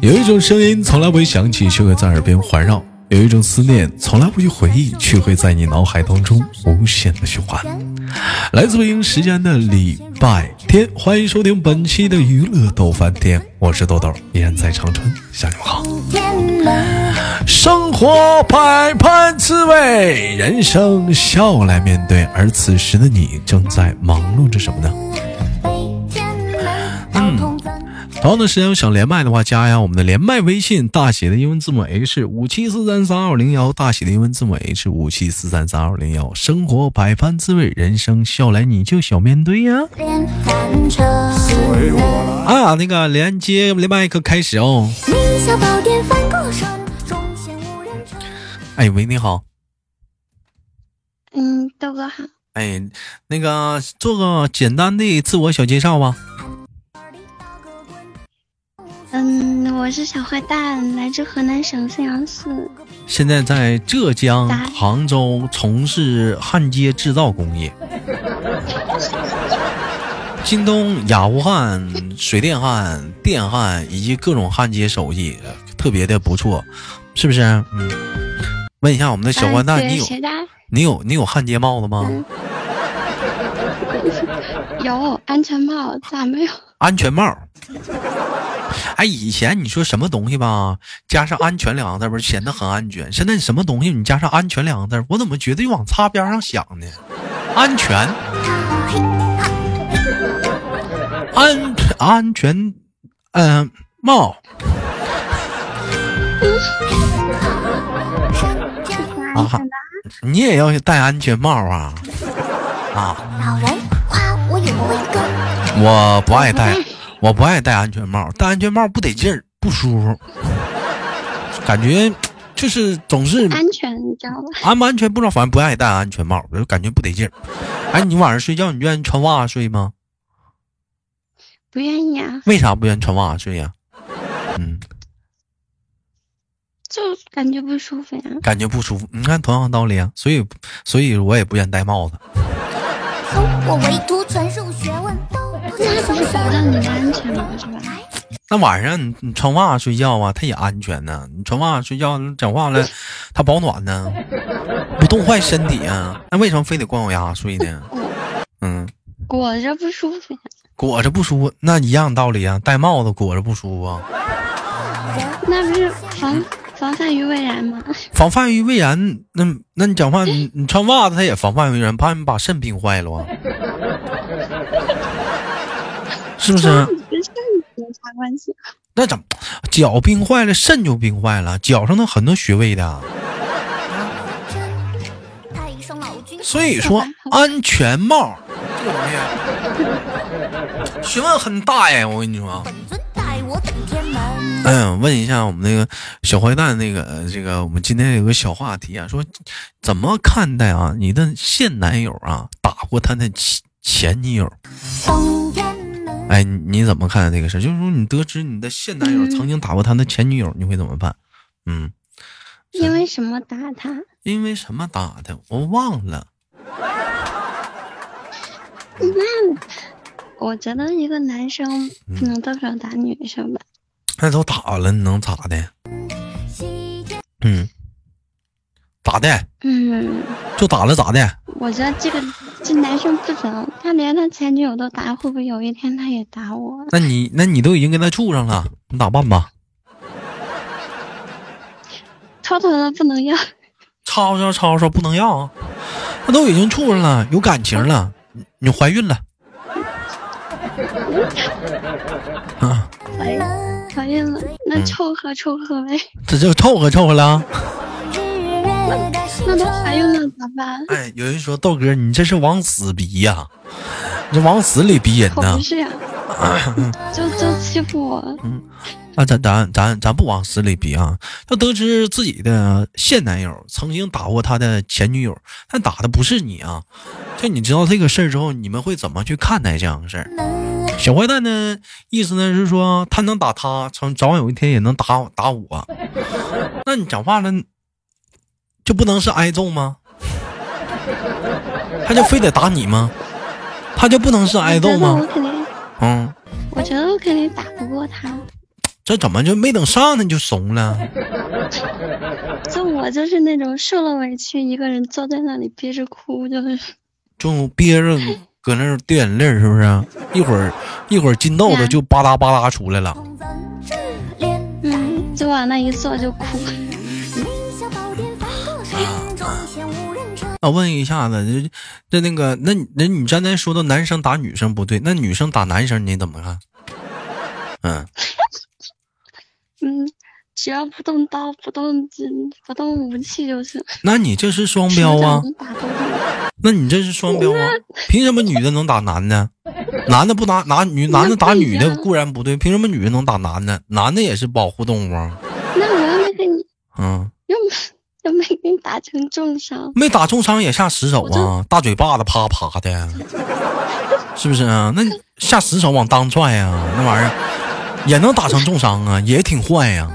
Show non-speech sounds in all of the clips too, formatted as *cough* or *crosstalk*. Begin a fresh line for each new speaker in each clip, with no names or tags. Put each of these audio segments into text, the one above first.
有一种声音从来不会响起，却会在耳边环绕；有一种思念从来不去回忆，却会在你脑海当中无限的循环。来自北京时间的礼拜天，欢迎收听本期的娱乐逗翻天，我是豆豆，依然在长春向你们好。生活百般滋味，人生笑来面对。而此时的你正在忙碌着什么呢？同样的时间，想连麦的话，加一下我们的连麦微信，大写的英文字母 H 五七四三三二零幺，大写的英文字母 H 五七四三三二零幺。生活百般滋味，人生笑来你就笑面对呀、啊！那个连接连麦可开始哦。哎喂，你好，
嗯，豆哥好，
哎，那个做个简单的自我小介绍吧。
嗯，我是小坏蛋，来自河南省信阳市。
现在在浙江
答
杭州从事焊接制造工业，精通氩弧焊、水电焊、电焊以及各种焊接手艺，特别的不错，是不是？嗯。问一下我们的小坏蛋，
嗯
你
对
有
谁的？
你有你有焊接帽子吗？
有安全帽，咋没有？
安全帽。哎，以前你说什么东西吧，加上“安全”两个字，不是显得很安全。现在你什么东西，你加上“安全”两个字，我怎么觉得又往擦边上想呢？安全，安安全，嗯、帽。
安
哈
全的。
你也要戴安全帽啊？啊，我不爱戴，我不爱戴安全帽，戴安全帽不得劲儿，不舒服，感觉就是总是
安全，你知道吧？
安不安全不知道，反正不爱戴安全帽，我就感觉不得劲儿。哎，你晚上睡觉你愿意穿袜子睡吗？
不愿意啊，
为啥不愿意穿袜子睡呀、嗯，
就感觉不舒服呀、
感觉不舒服。你看，同样的道理啊，所以，所以我也不愿意戴帽子。
我唯独传授学问，
那不是保障你的安全吗？是吧？
那晚上你你穿袜子睡觉啊，它也安全呢、你穿袜子睡觉，讲话了，它保暖呢，不冻坏身体啊。那为什么非得光脚丫睡呢？嗯，
裹着不舒服呀、
裹着不舒服，那一样道理啊。戴帽子裹着不舒服啊，
那不是防防范于未然吗？ *laughs*
防范于未然。那那你讲话，你你穿袜子它也防范于未然，怕你把肾病坏了啊，是不是？
你跟上有啥关系？
那怎么脚病坏了，肾就病坏了？脚上那很多穴位的啊、所以说
好吧，好吧
安全帽这个东西学问很大呀！我跟你说，嗯，问一下我们那个小坏蛋，那个呃这个我们今天有个小话题啊，说怎么看待啊你的现男友啊打过他的前前女友？哎，你你怎么看待这个事儿？就是说你得知你的现男友
嗯
曾经打过他的前女友，你会怎么办？嗯，
因为什么打他？
因为什么打的？我忘了。
我觉得一个男生
嗯
不能动手打女生吧，
那都打了，你能咋的？嗯，咋的？
嗯。
就打了咋的？
我觉得这个这男生不行，他连他前女友都打，会不会有一天他也打我？
那你那你都已经跟他处上了，你咋办吧？
偷偷的不能要，
吵吵吵吵不能要啊！那都已经处上了，有感情了，你你怀孕了啊？
怀孕了，
嗯
那凑合凑合呗。
这就凑合凑合了啊。
那都怀孕了咋办？
哎，有人说豆哥，你这是往死逼呀、你这往死里逼人
我
呐、
不是呀、
嗯
*laughs* 就就欺负我，
啊，咱咱咱咱不往死里逼啊！他得知自己的现男友曾经打过他的前女友，但打的不是你啊。就你知道这个事儿之后，你们会怎么去看待这样的事儿？小坏蛋呢，意思呢是说他能打他，从早晚有一天也能打我打我。那你讲话了，就不能是挨揍吗？他就非得打你吗？他就不能是挨揍
我觉得
吗
我？肯定，
嗯，
我觉得我肯定打不过他。
这怎么就没等上呢你就怂了？
就我就是那种受了委屈，一个人坐在那里憋着哭，就是
就憋着搁那儿掉眼泪儿，是不是？一会儿一会儿金豆
对
子
啊
就吧嗒吧嗒出来了。
狂咱智恋
嗯，就往那一坐就哭。 *laughs*
明小宝典翻过身，中间无人车。
那我问一下子，这这那个，那你那你刚才说到男生打女生不对，那女生打男生你怎么看？嗯，
嗯，只要不动刀，不动针，不动武器就是。
那你这是双
手
标啊
掌？能打多少？
那你这是双标啊？凭什么女的能打男的？男的不打男女，男的打女的固然不对，凭什么女的能打男的？男的也是保护动物啊，
那我又没给你，
嗯，
又没又没给你打成重伤。
没打重伤也下死手啊，大嘴巴子啪啪的，是不是啊？那下死手往裆踹呀、啊，那玩意儿也能打成重伤啊，也挺坏呀、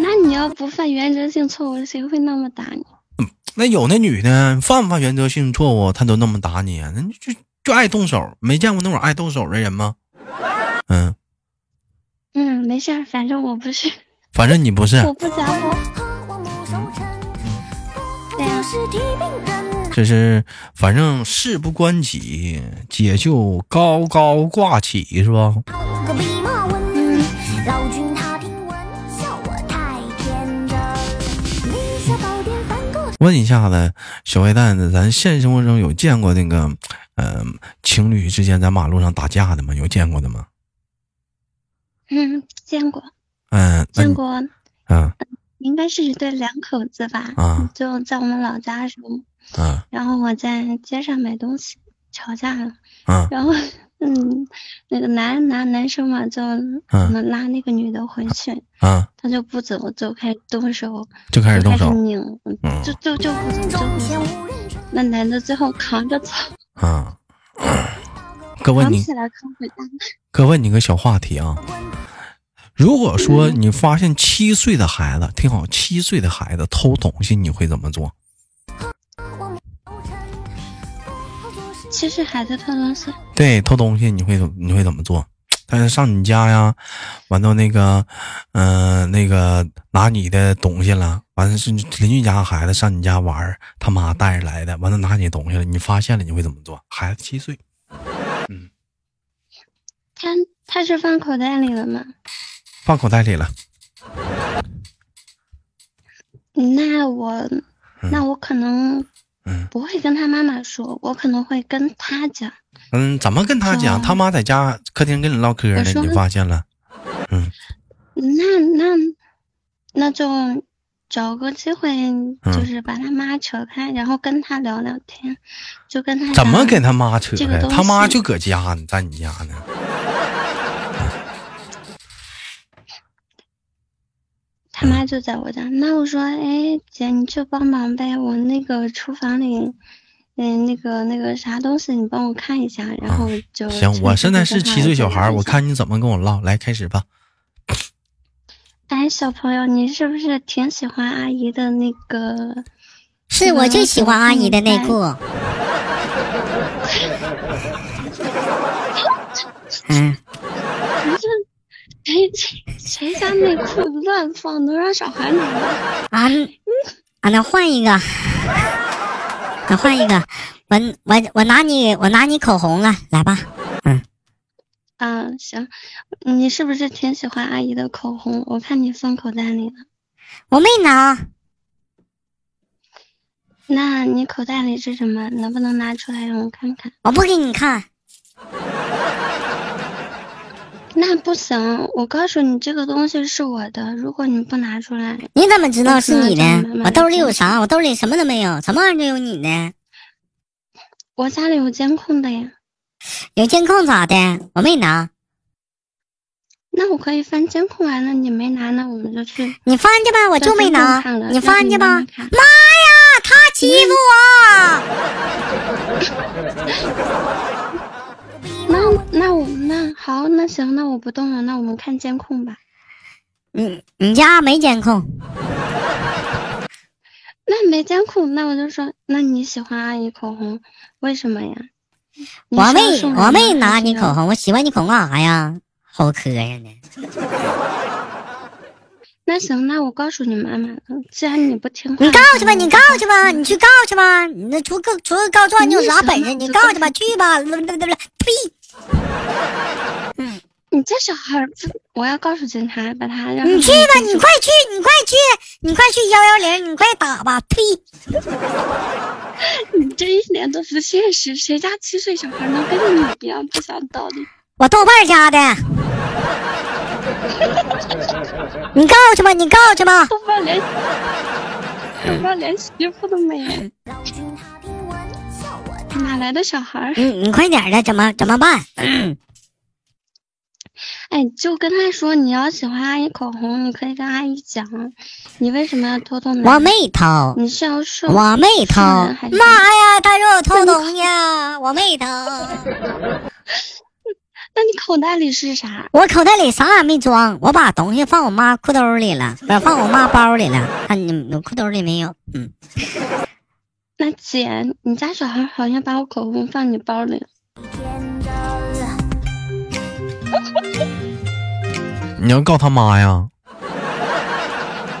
那你要不犯原则性错误，谁会那么打你？
那有那女的犯不犯原则性错误，她都那么打你啊？那你就就爱动手，没见过那种爱动手的人吗？嗯，
嗯，没事儿，反正我不是，
反正你不是
我，不咋火。
和我母手缠，
对啊
就是提病人。
这是反正事不关己，姐就高高挂起是吧？
好个弼马温，老君他听闻，笑我太天真。明小宝典翻过身，
问一下子，小坏蛋子，咱现实生活中有见过那个，嗯、情侣之间在马路上打架的吗？有见过的吗？
嗯，见过，
嗯、那
见
你
过，
嗯
应该是一对两口子吧。
啊
就在我们老家的时候，
嗯
然后我在街上买东西吵架了，
嗯
然后嗯，那个男男男生嘛，就可能拉那个女的回去，
嗯，
他就不走，就开始动手，
就开始
就
动手，
拧，
嗯
就就就不走，就
中
不
间
走。
无人车。
那男的最后扛着走，
嗯。哥问
扛
你，
起来扛回家。
哥问你个小话题啊，如果说你发现七岁的孩子，听好，七岁的孩子偷东西，你会怎么做？
我母手缠，就是
其实孩子偷东西，
对，偷东西你会怎你会怎么做？他上你家呀，完到那个，嗯、那个拿你的东西了，完了是你邻居家孩子上你家玩儿，他妈带着来的，完了拿你东西了，你发现了你会怎么做？孩子七岁，
他他是放口袋里了吗？
放口袋里了，
那我那我可能
嗯
不会跟他妈妈说，我可能会跟他讲。
嗯，怎么跟他讲？
哦
他妈在家客厅跟你唠嗑
我
呢，
说
你发现了，
那那那就找个机会，
嗯
就是把他妈扯开，然后跟他聊聊天，就跟他
怎么
聊
给他妈扯
嗯这个
开？
东
他妈
西
就搁家呢，在你家呢，
他
嗯
妈就在我家。那我说，哎，姐，你去帮忙呗，我那个厨房里。嗯，那个那个啥东西，你帮我看一下，然后就、
啊行，我现在是七岁小孩儿，我。看你怎么跟我唠，来开始吧。
哎，小朋友，你是不是挺喜欢阿姨的那个 *laughs*
是我就喜欢阿姨的内裤。嗯，
不是，谁谁家内裤乱放，能让小孩拿吗？
啊啊，那换一个，那换一个，我我我拿你我拿你口红了，来吧，
啊，行，你是不是挺喜欢阿姨的口红？我看你放口袋里了，
我没拿，
那你口袋里是什么？能不能拿出来让我看看？
我不给你看，
那不行，我告诉你，这个东西是我的，如果你不拿出来，
你怎么知道是你的
我知道妈？妈
我兜里有啥？我兜里什么都没有，什么玩意儿都有你的，
我家里有监控的呀。
有监控咋的？我没拿，
那我可以翻监控完了，你没拿，那我们就去。
你翻去吧，我就没拿，你翻去吧。妈呀，他欺负我！
那那我那好，那行，那我不动了，那我们看监控吧。
你你家没监控？
那没监控，那我就说，那你喜欢阿姨口红，为什么呀？你
我
是要
没
送人
我没
吗
拿你口，红，我喜欢你口红干啥呀？好磕碜呢。
那行，那我告诉你妈妈了。既然你不听话，
你告去吧，你告去吧，你去告去吧，你那除个除个告状，你有啥本事？你告去吧，去吧，不不不不，呸！
你这小孩儿，我要告诉警察，把他让
你去
他
吧，你
们带走
快去，你快去，你快去幺幺零，你快打吧，呸！
你 *laughs* 这一点都不现实，谁家七岁小孩能跟着你一样不讲道理？
我豆瓣儿加
*laughs*
的。你告去吧，你告去吧。
豆瓣连
嗯
*laughs* 豆瓣连媳妇都没有，
老君他听闻，笑我太
哪来的小孩儿？
嗯，你快点儿的，怎么怎么办？
哎，就跟他说，你要喜欢阿姨口红，你可以跟阿姨讲，你为什么要偷偷拿？
我没偷，
你是要说
我没偷。
是还是
妈呀，他说我偷东西啊，我没偷，
那你口袋里是啥？
我口袋里啥也没装，我把东西放我妈裤兜里了，不是放我妈包里了。看你们裤兜里没有？嗯，
那姐，你家小孩好像把我口红放你包里了。
天真。
你要告他妈呀？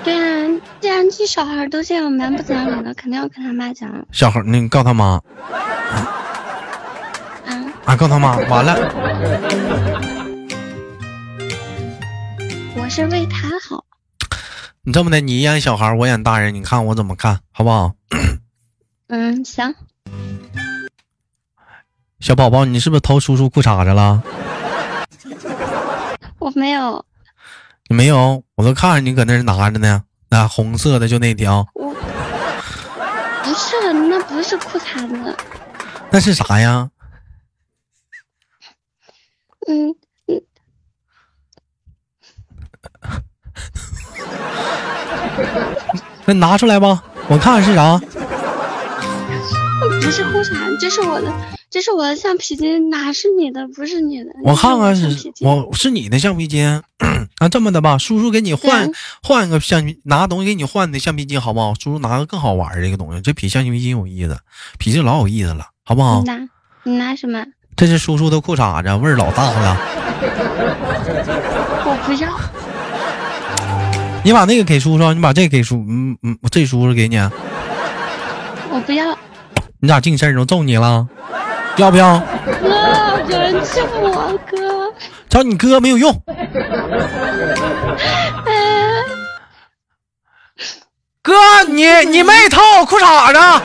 对啊，既然这小孩都这样蛮不讲理了，肯定要跟他妈讲
小孩儿，那你告他妈
啊。
啊？告他妈，完了，
我是为他好，
你这么的，你演小孩儿，我演大人，你看我怎么看好不好？
嗯，行，
小宝宝，你是不是偷叔叔裤衩子了？
我没有，
你没有，我都看着你搁那儿拿着呢，那、红色的就那条，
我不是，那不是裤衩子，
那是啥呀？
嗯，
那拿出来吧，我看看是啥。
不是裤衩，这是我的，这是我的橡皮筋，哪是你的？不是你的，
我看看
这
是
是我的橡皮筋
我是你的橡皮筋， *clears throat* 那这么的吧，叔叔给你换
对
换个橡皮，拿东西给你换的橡皮筋好不好？叔叔拿个更好玩儿的一个东西，这比橡皮筋有意思，比这老有意思了，好不好
你？拿你拿什么？
这是叔叔的裤衩子，味儿老大了，
我不要，
你把那个给叔叔，你把这个给叔，嗯嗯，这叔叔给你，
我不要，
你咋净事儿都揍你了？要不要？
哥，啊有人欺负我，哥，
找你哥没有用。哥，你你没偷我裤衩啊子？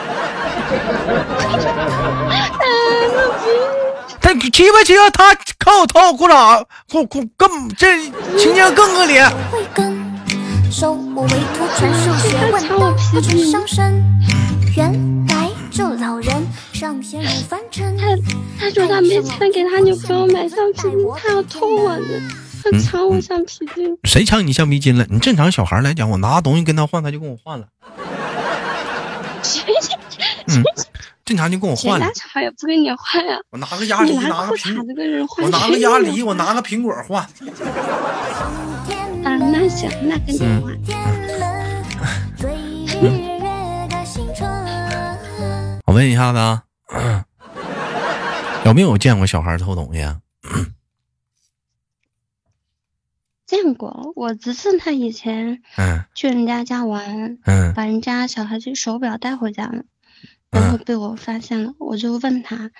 他欺不欺负他看我偷我裤衩，裤裤更这情节更恶劣。
慧根，收我为徒，传授学问，
瞧我
不
屁股
知伤身。原来这老人尚陷入凡尘。
他他说他没钱给他女朋友买橡皮筋，他要偷我的，他
嗯
抢我橡皮筋，
谁抢你橡皮筋了？你正常小孩来讲，我拿东西跟他换，他就跟我换了。
谁
嗯，正常就跟我
谁
换了
家。小孩也不跟你换呀、
我拿个鸭梨，
你拿
拿个
裤
苹
衩
果，
子跟人换，
我拿个
谁
鸭
啊跟你
梨，我拿个苹果换。
啊，那行，那跟你
嗯
换。
我问一下子啊，有没有见过小孩偷东西啊？
见过，我侄子他以前
嗯
去人家家玩，
嗯
把人家小孩子手表带回家了，然
嗯
后被我发现了，我就问他，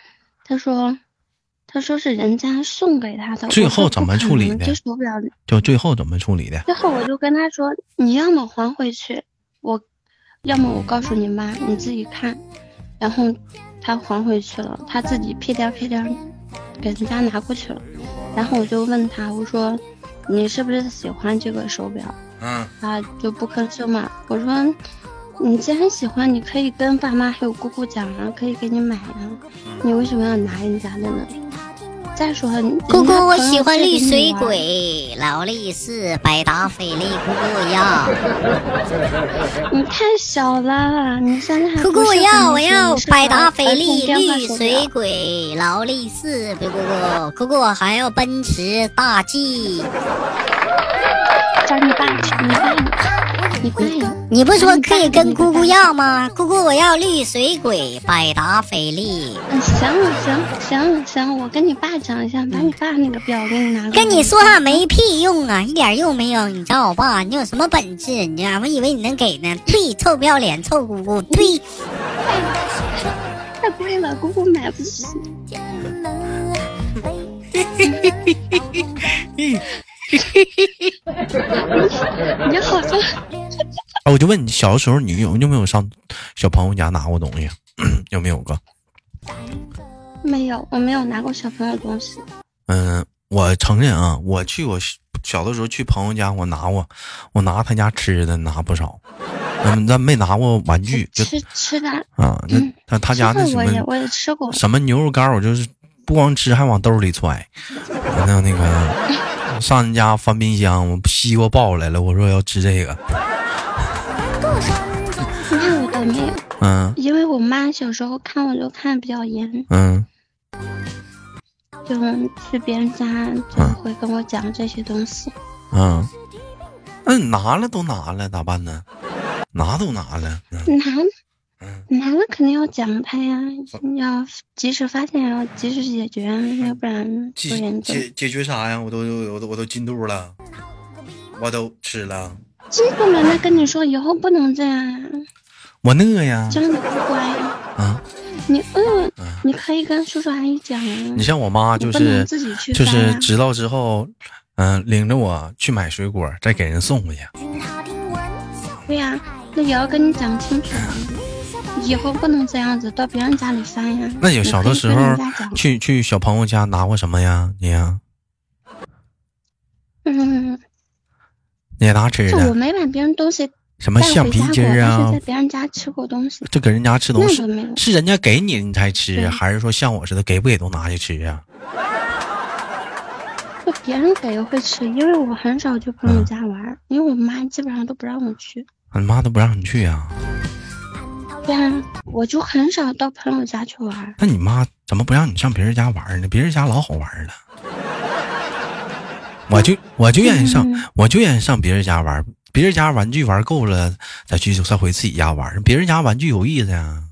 他说，他说是人家送给他的。
最
我说
后怎么
不可
处理
能
的
这手表，
就最后怎么处理的？
最后我就跟他说，你要么还回去，我，要么我告诉你妈，你自己看。然后他还回去了，他自己屁颠儿屁颠儿给人家拿过去了。然后我就问他，我说，你是不是喜欢这个手表？
嗯
他啊就不吭声嘛。我说，你既然喜欢，你可以跟爸妈还有姑姑讲啊，可以给你买啊，你为什么要拿人家的呢？再说了，你
姑姑，
人家
我
朋友
喜欢
借
绿
给你
水
玩
鬼，劳力士，百达翡丽，姑姑我要，
你太小了，你现在还
姑姑
不
我
是
要，
很
我
年
要
轻
百达
是吧
翡丽，
儿童电话
绿
手
水
表
鬼，劳力士，姑姑，姑姑我还要奔驰、大 G。
叫你爸去，你爸呢
我忍
你快呀！
你不说可以跟姑姑要吗？姑姑，我要绿水鬼，百达翡丽。
嗯行行行行，我跟你爸讲一下，把你爸那个表给你拿过来。
跟你说话没屁用啊，一点用没有。你找我爸，你有什么本事？你知道吗？我以为你能给呢？对，臭不要脸，臭姑姑，对。
太贵了，姑姑买不起。你好像
啊，我就问你，小的时候你有有没有上小朋友家拿过东西？啊 *clears throat* 有没有过？
没有，我没有拿过小朋友东西。
嗯，我承认啊，我去我小的时候去朋友家，我拿过，我拿他家吃的拿不少，嗯，但没拿过玩具，就
吃吃的，
啊，那
嗯
他他
吃
家那
的
什
我也
么
我也吃过。
什么牛肉干儿，我就是不光吃，还往兜里揣，完了那个 *laughs* 上人家翻冰箱，我西瓜抱来了，我说要吃这个，
*laughs* 那我倒没有，
嗯
因为我妈小时候看我就看得比较严，
嗯
就去别人家就
嗯
会跟我讲这些东西。
嗯，那、你拿了都拿了，咋办呢？拿都拿了，嗯
拿了，拿了肯定要讲他呀，
嗯
要及时发现，要及时解决啊，要不然不
解
人就
解解决啥呀？我都我都我都进肚了，我都吃了，
这个嘛，那跟你说以后不能这样呀，
我饿呀
这样你不乖呀。
啊！嗯
你饿，你可以跟叔叔阿姨讲啊
你。像我妈
你
就
不
是
能自己去
就
发呀
是知道之后，嗯、领着我去买水果，再给人送回去。
*laughs*
对呀、那也要跟你讲清楚啊，以后不能这样子到别人家里翻呀。
那有小的时
你可以
候
跟人家讲
去去小朋友家拿过什么呀？你呀，
嗯，
你也拿吃
就我
的，
没把别人东西
什么
带
橡
回
皮
家
筋儿
过，还
啊
是在，别人家吃过东西，
就搁人家吃东
那
西
个，没有。
是人家给你你才吃，啊
对
还是说像我似的给不给都拿去吃啊呀？
就别人给会吃，因为我很少去朋友
嗯
家玩，因为我妈基本上都不让我去。
你妈都不让你去啊呀？
对啊，我就很少到朋友家去玩。
那你妈怎么不让你上别人家玩呢？别人家老好玩了。 *laughs* 我就我就愿意上，
嗯
我就愿意上别人家玩，别人家玩具玩够了，再去再回自己家玩。别人家玩具有意思呀。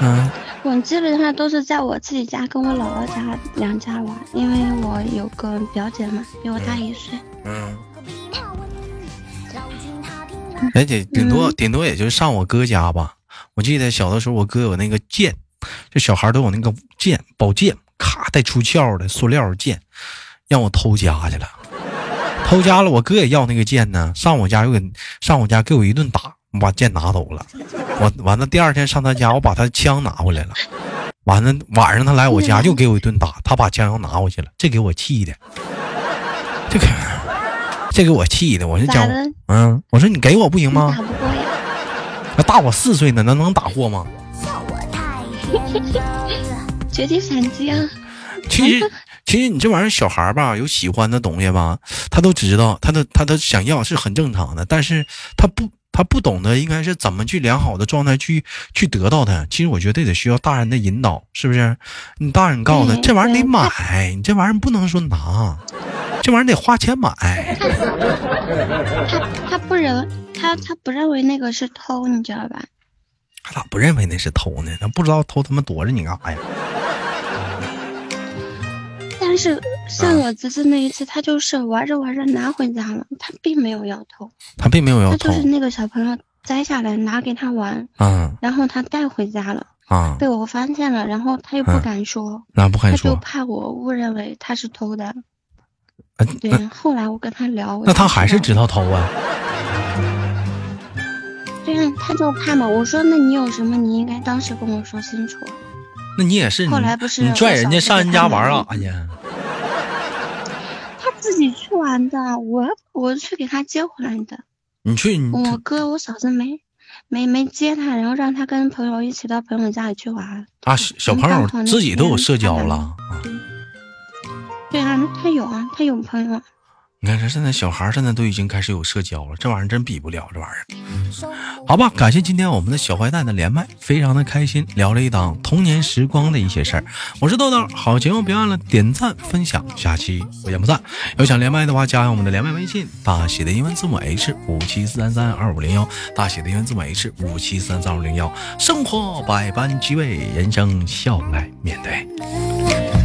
嗯，
我基本上都是在我自己家跟我姥姥家两家玩，因为我有个表姐嘛，比我大一岁。
嗯而且哎顶多
嗯
顶多也就上我哥家吧。我记得小的时候，我哥有那个剑，就小孩都有那个剑，宝剑，咔带出鞘的塑料剑，让我偷家去了。偷家了，我哥也要那个剑呢，上我家又给上我家给我一顿打，我把剑拿走了。我完了，第二天上他家，我把他枪拿回来了。完了，晚上他来我家
嗯
又给我一顿打，他把枪又拿回去了，这给我气的，这给这给我气的，我是
咋
讲
的？
嗯，我说你给我不行
你
吗
打？不过呀？
那大我四岁呢，能能打货吗？
嗯绝地反击啊！
其实， *laughs* 其实你这玩意儿小孩儿吧，有喜欢的东西吧，他都知道，他都他都想要是很正常的，但是他不他不懂得应该是怎么去良好的状态去去得到它。其实我觉得得需要大人的引导，是不是？你大人告诉他，
嗯
这玩意儿得
对
买，你这玩意儿不能说拿，这玩意儿得花钱买。
他不认，他他不认为那个是偷，你知道吧？
他咋不认为那是偷呢？他不知道偷他妈躲着你干啥呀？
但是像我侄子那一次，他就是玩着玩着拿回家了，他并没有要偷，
他并没有要
他
偷
就是那个小朋友摘下来拿给他玩，
啊
然后他带回家了，
啊！
被我发现了，然后他又不
嗯
敢说，
那不敢
他
说
就。怕我误认为他是偷的。
呃
对
那，
后来我跟他聊，我
那
才
他还是
知
知道偷啊？
道对呀，他就怕嘛。我说那你有什么，你应该当时跟我说清楚。
那你也是，你
后来不是
你拽人家
我小
上人家玩啊哎儿
时
干啥去？
他自己去玩的，我我去给他接回来的。
你去你
我哥我嫂子没没没接他，然后让他跟朋友一起到朋友家里去玩。
啊，小小
你
朋
刚好
友
那
自己都有
天
社交
他来
了啊，
对啊，他有啊，他有朋友啊，
你看，这现在小孩儿现在都已经开始有社交了，这玩意儿真比不了，这玩意儿。好吧，感谢今天我们的小坏蛋的连麦，非常的开心，聊了一档童年时光的一些事儿。我是豆豆，好节目别忘了点赞分享，下期不见不散。有想连麦的话，加上我们的连麦微信，大写的英文字母 H 五七三三二五零幺，大写的英文字母 H 五七三三二五零幺。生活百般滋味，人生笑来面对。
美。嗯